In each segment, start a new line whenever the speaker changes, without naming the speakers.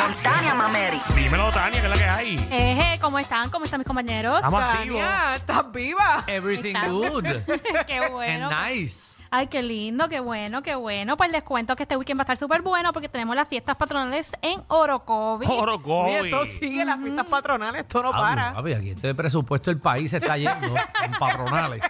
Con Tania Mameri.
Dímelo, Tania, que es la que hay.
Eje, ¿cómo están? ¿Cómo están mis compañeros?
Estamos activos.
Tania, estás viva.
Everything
Está.
good
qué
and
bueno.
nice.
Ay, qué lindo, qué bueno, qué bueno. Pues les cuento que este weekend va a estar súper bueno porque tenemos las fiestas patronales en Orocovi.
Oye,
Orocovi.
esto sigue, las fiestas patronales, esto no
Pablo,
para.
papi, aquí este presupuesto del país se está yendo en patronales.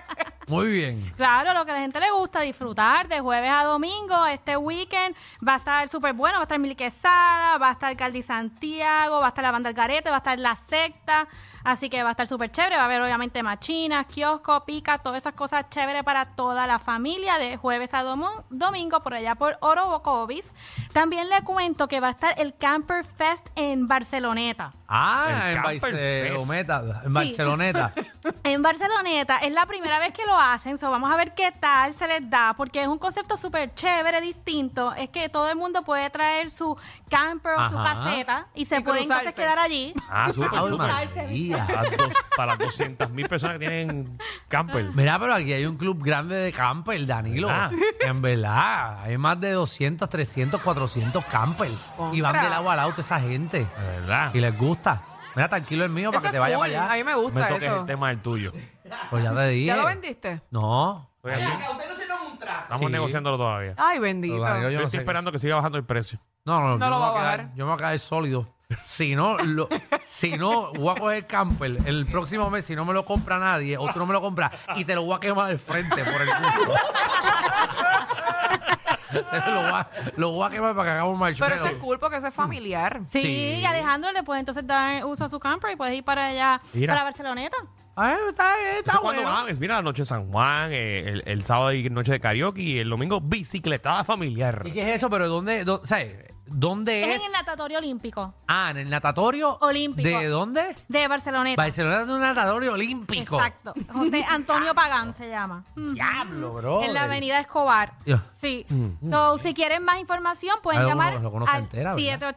Muy bien.
Claro, lo que a la gente le gusta, disfrutar de jueves a domingo. Este weekend va a estar súper bueno. Va a estar Mili Quesada, va a estar Caldi Santiago, va a estar la banda Algarete, va a estar la secta. Así que va a estar súper chévere. Va a haber obviamente machinas, kioscos, picas, todas esas cosas chéveres para toda la familia de jueves a domo- domingo por allá por Orobocovis. También le cuento que va a estar el Camper Fest en Barceloneta.
Ah,
El
en
Camper Fest.
Barceloneta. En
Sí.
Barceloneta.
En Barceloneta es la primera vez que lo hacen, so vamos a ver qué tal se les da, porque es un concepto súper chévere, distinto. Es que todo el mundo puede traer su camper o su
Ajá.
caseta y se
Y
puede entonces
cruzarse.
quedar allí.
Ah, súper,
Ave
súper.
María.
Para las dos- Para las 200 mil personas que tienen camper.
Mira, pero aquí hay un club grande de camper, Danilo.
¿Verdad?
En verdad, hay más de 200, 300, 400 camper. Y van
Contra.
del agua al auto esa gente.
De verdad.
Y les gusta. Mira, tranquilo el mío
Eso
para que
es
te vaya
cool.
para
A
allá.
mí me
Me
gusta
toques
eso.
el tema del tuyo.
Pues ya te dije.
¿Ya lo vendiste?
No.
Estoy aquí. Estamos
Sí.
negociándolo todavía.
Ay, bendito.
Danilo, yo
Yo
no
estoy
sé.
esperando que siga bajando el precio.
No, no,
No
yo
lo
me voy
va a
quedar-
bajar.
Yo me voy a caer sólido. Si no, lo- si no, voy a coger camper el próximo mes, si no me lo compra nadie, o tú no me lo compras, y te lo voy a quemar al frente por el culo. Te lo, voy a, lo voy a quemar para que hagamos
Pero
marshmallow.
eso es cool porque eso es familiar.
Sí,
Sí.
y Alejandro le puede entonces dar uso a su camper y puedes ir para allá,
Mira.
para Barceloneta.
Ay, Ah, está bien, está
Entonces, ¿cuándo
bueno.
van? Es- Mira, la noche de San Juan, eh, el, el sábado y noche de karaoke y el domingo bicicletada familiar.
¿Y qué es eso? Pero ¿dónde, dó- sabes, ¿dónde
Es
es?
en el natatorio olímpico
ah, en el natatorio.
Olímpico.
¿De dónde?
de Barceloneta.
Barcelona es un natatorio olímpico.
Exacto. José
Ah.
Antonio Pagán se llama.
Diablo, bro.
En la avenida Escobar.
Ya.
Sí. So, si quieren más información, pueden
Ah, uno-
llamar
uno se
al
entera, ¿verdad?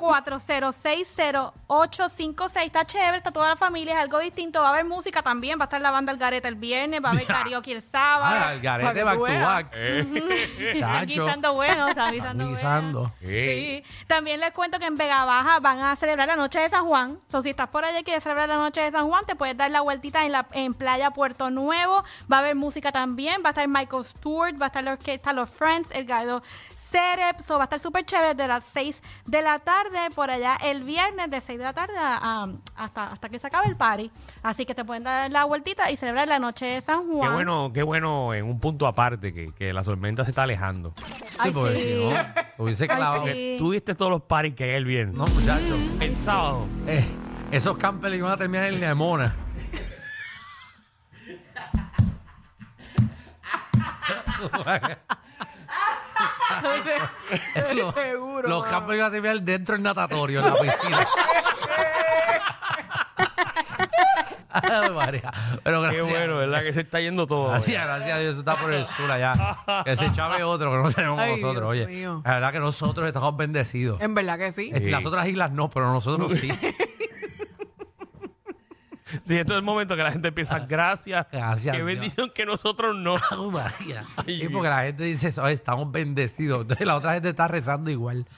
787-406-0856. Está chévere, está toda la familia, es algo distinto. Va a haber música también, va a estar la banda El Garete el viernes, va a haber karaoke el
Ah,
sábado.
el
Para que
garete
tú
back to
veas.
back.
Están
Chacho.
guisando bueno, están
Están
guisando bueno.
guisando.
Eh,
Sí. También les cuento que en Vega Baja van a celebrar la noche de San Juan. So, si estás por allá y quieres celebrar la noche de San Juan, te puedes dar la vueltita en la en Playa Puerto Nuevo. Va a haber música también. Va a estar Michael Stewart, va a estar la orquesta Los Friends, el Gado Cerep. So, va a estar súper chévere de las 6 de la tarde por allá el viernes de 6 de la tarde a- a- hasta, hasta que se acabe el party. Así que te pueden dar la vueltita y celebrar la noche de San
Qué
Juan.
bueno, qué bueno en un punto aparte que, que la tormenta se está alejando.
Ay,
porque
sí.
si no, hubiese clavado.
sí.
Porque tú viste todos los paris que hay el viernes.
No, muchachos.
El sábado.
Eh, esos campers iban a terminar en Nemona. los,
Seguro.
los
mano.
campers iban a terminar dentro del natatorio, en la piscina. Ay, María. Pero
Qué
gracias.
bueno, ¿verdad? Que se está yendo todo.
Gracias, gracias a Dios, eso está por el sur allá. Que se chave otro que no tenemos
Ay,
nosotros.
Dios
Oye,
mío.
la verdad que nosotros estamos bendecidos.
En verdad que sí.
Este, Las otras islas no, pero nosotros sí.
Sí, esto es el momento que la gente empieza, Ah, gracias.
Gracias,
Qué
Dios.
bendición que nosotros no.
Ave María.
Ay,
Sí, porque la gente dice eso, "Ay, estamos bendecidos. Entonces la otra gente está rezando igual.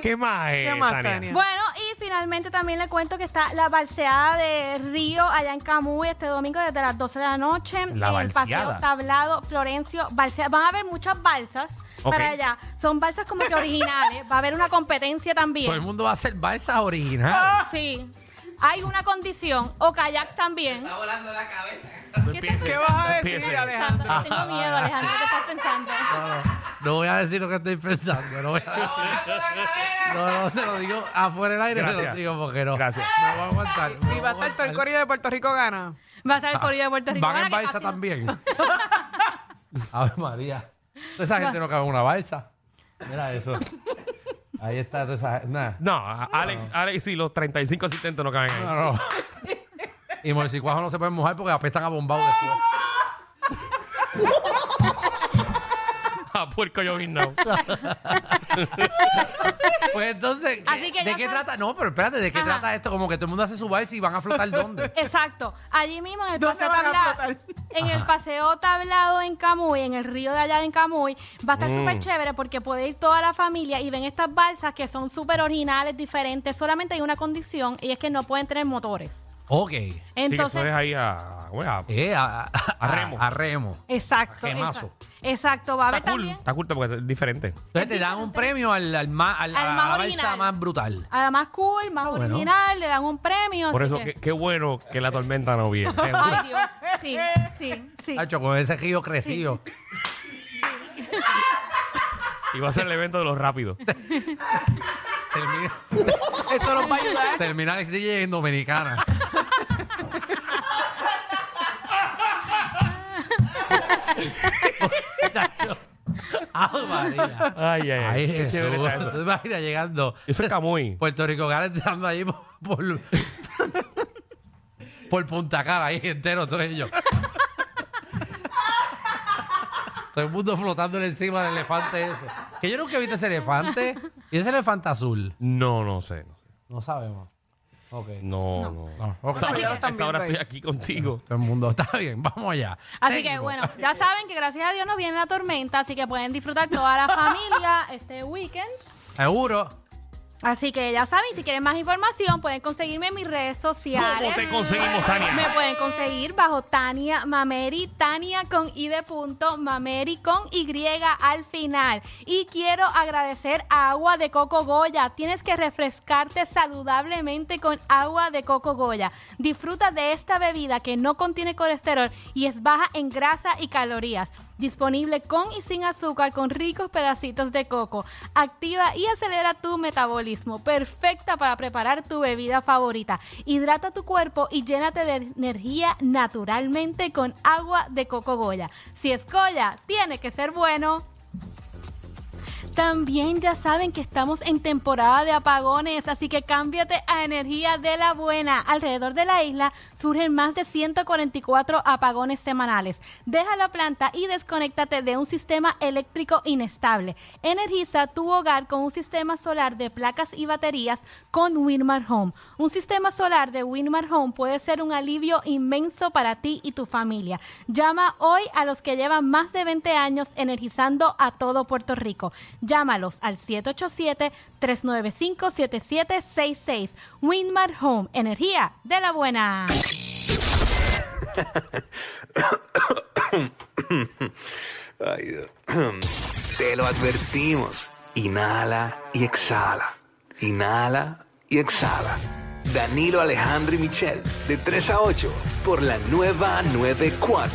¿Qué más, eh,
¿Qué más, Tania?
Bueno, y finalmente también le cuento que está la balseada de Río allá en Camuy este domingo desde las 12 de la noche.
La
en el
balseada.
paseo Tablado, Florencio, balsea. Van a haber muchas balsas
Ok.
para allá. Son balsas como que originales. Va a haber una competencia
Todo el
también. Ah,
mundo va a hacer balsas originales.
Sí. Hay una condición. O kayaks también.
No empieces,
¿Qué vas a
no
decir,
empieces.
Alejandro?
Sandra, tengo miedo, Alejandro, ¿qué estás pensando?
No, no voy a decir lo que estoy pensando. No, voy a decir. no, no, se lo digo afuera del aire, se
Gracias.
lo digo porque no.
Gracias.
Me voy a aguantar. me
Y
voy
va a estar todo el
aguantar.
corillo de Puerto Rico gana.
Va a estar el corrido de Puerto Rico.
Ah. Van
Ahora
en
que
balsa
casi no-
también. A ver, María. Toda esa gente no cabe en una balsa. Mira eso. Ahí está toda esa. Nah.
No, a- Alex, Alex y los 35 asistentes no caen ahí.
No, no. Y morcicuajo no se pueden mojar porque apestan a bombao después.
A puerco yo no.
Pues entonces, ¿qué-
Así que
¿de
ya
qué
sabes-
trata? No, pero espérate, ¿de qué
Ajá.
trata esto? Como que todo el mundo hace su baile y van a flotar dónde.
Exacto. Allí mismo en el
¿Dónde
paseo
van a
tablado.
flotar?
En el paseo tablado en Camuy, en el río de allá en Camuy, va a
Mm.
estar súper chévere porque puede ir toda la familia y ven estas balsas que son súper originales, diferentes. Solamente hay una condición y es que no pueden tener motores.
Ok.
sí, que
Entonces,
eso es ahí a, bueno, a-
Eh, a, a- a-
remo.
A remo.
exacto,
Quemazo.
exacto. Exacto. Va a haber
Está cool,
también.
está cool porque es diferente.
Entonces te dan un premio al, al, ma- al-
Al
a
más
la
original.
balsa más brutal.
a la más cool, más
bueno.
original, le dan un premio.
Ah, Por
así
eso,
que-
qué, qué bueno que la tormenta no viene.
Ay, Dios. Sí, sí, sí.
Tacho, con ese río crecido.
Y va a ser el evento de los rápidos.
Termina,
Eso nos va a ayudar.
termina Alex DJ en Dominicana. Tacho. Ave Ah, María.
Ay, ay, ay.
Ay,
Qué
Jesús.
chévere está eso.
Tú te imaginas llegando.
Eso es Camuy.
Puerto Rico Gales dando allí por, por, por Punta Cara, ahí entero, todos ellos. Todo el mundo flotándole encima del elefante ese. Que yo nunca he visto ese elefante. ¿Y ese elefante azul?
No, no sé. No, sé.
No sabemos. Ok.
no. no.
No, ok.
Sabes,
Así que-
a esa hora estoy aquí contigo.
Todo el mundo está bien, vamos allá.
Así que
Técnico.
bueno, ya saben que gracias a Dios no viene la tormenta, así que pueden disfrutar toda la familia este weekend.
Seguro.
Así que ya saben, si quieren más información, pueden conseguirme en mis redes sociales.
¿Cómo te conseguimos, Tania?
Me pueden conseguir bajo Tania Mameri, Tania con I de punto, Mameri con Y al final. Y quiero agradecer a Agua de Coco Goya. Tienes que refrescarte saludablemente con Agua de Coco Goya. Disfruta de esta bebida que no contiene colesterol y es baja en grasa y calorías. Disponible con y sin azúcar con ricos pedacitos de coco. Activa y acelera tu metabolismo. Perfecta para preparar tu bebida favorita. Hidrata tu cuerpo y llénate de energía naturalmente con agua de coco Goya. Si es Goya, tiene que ser bueno. También ya saben que estamos en temporada de apagones, así que cámbiate a energía de la buena. Alrededor de la isla surgen más de 144 apagones semanales. Deja la planta y desconéctate de un sistema eléctrico inestable. Energiza tu hogar con un sistema solar de placas y baterías con Winmar Home. Un sistema solar de Winmar Home puede ser un alivio inmenso para ti y tu familia. Llama hoy a los que llevan más de 20 años energizando a todo Puerto Rico. Llámalos al 787-395-7766. Winmar Home, energía de la buena.
Ay, Dios. Te lo advertimos. Inhala y exhala. Inhala y exhala. Danilo Alejandro y Michel, de 3 a 8, por la nueva 94.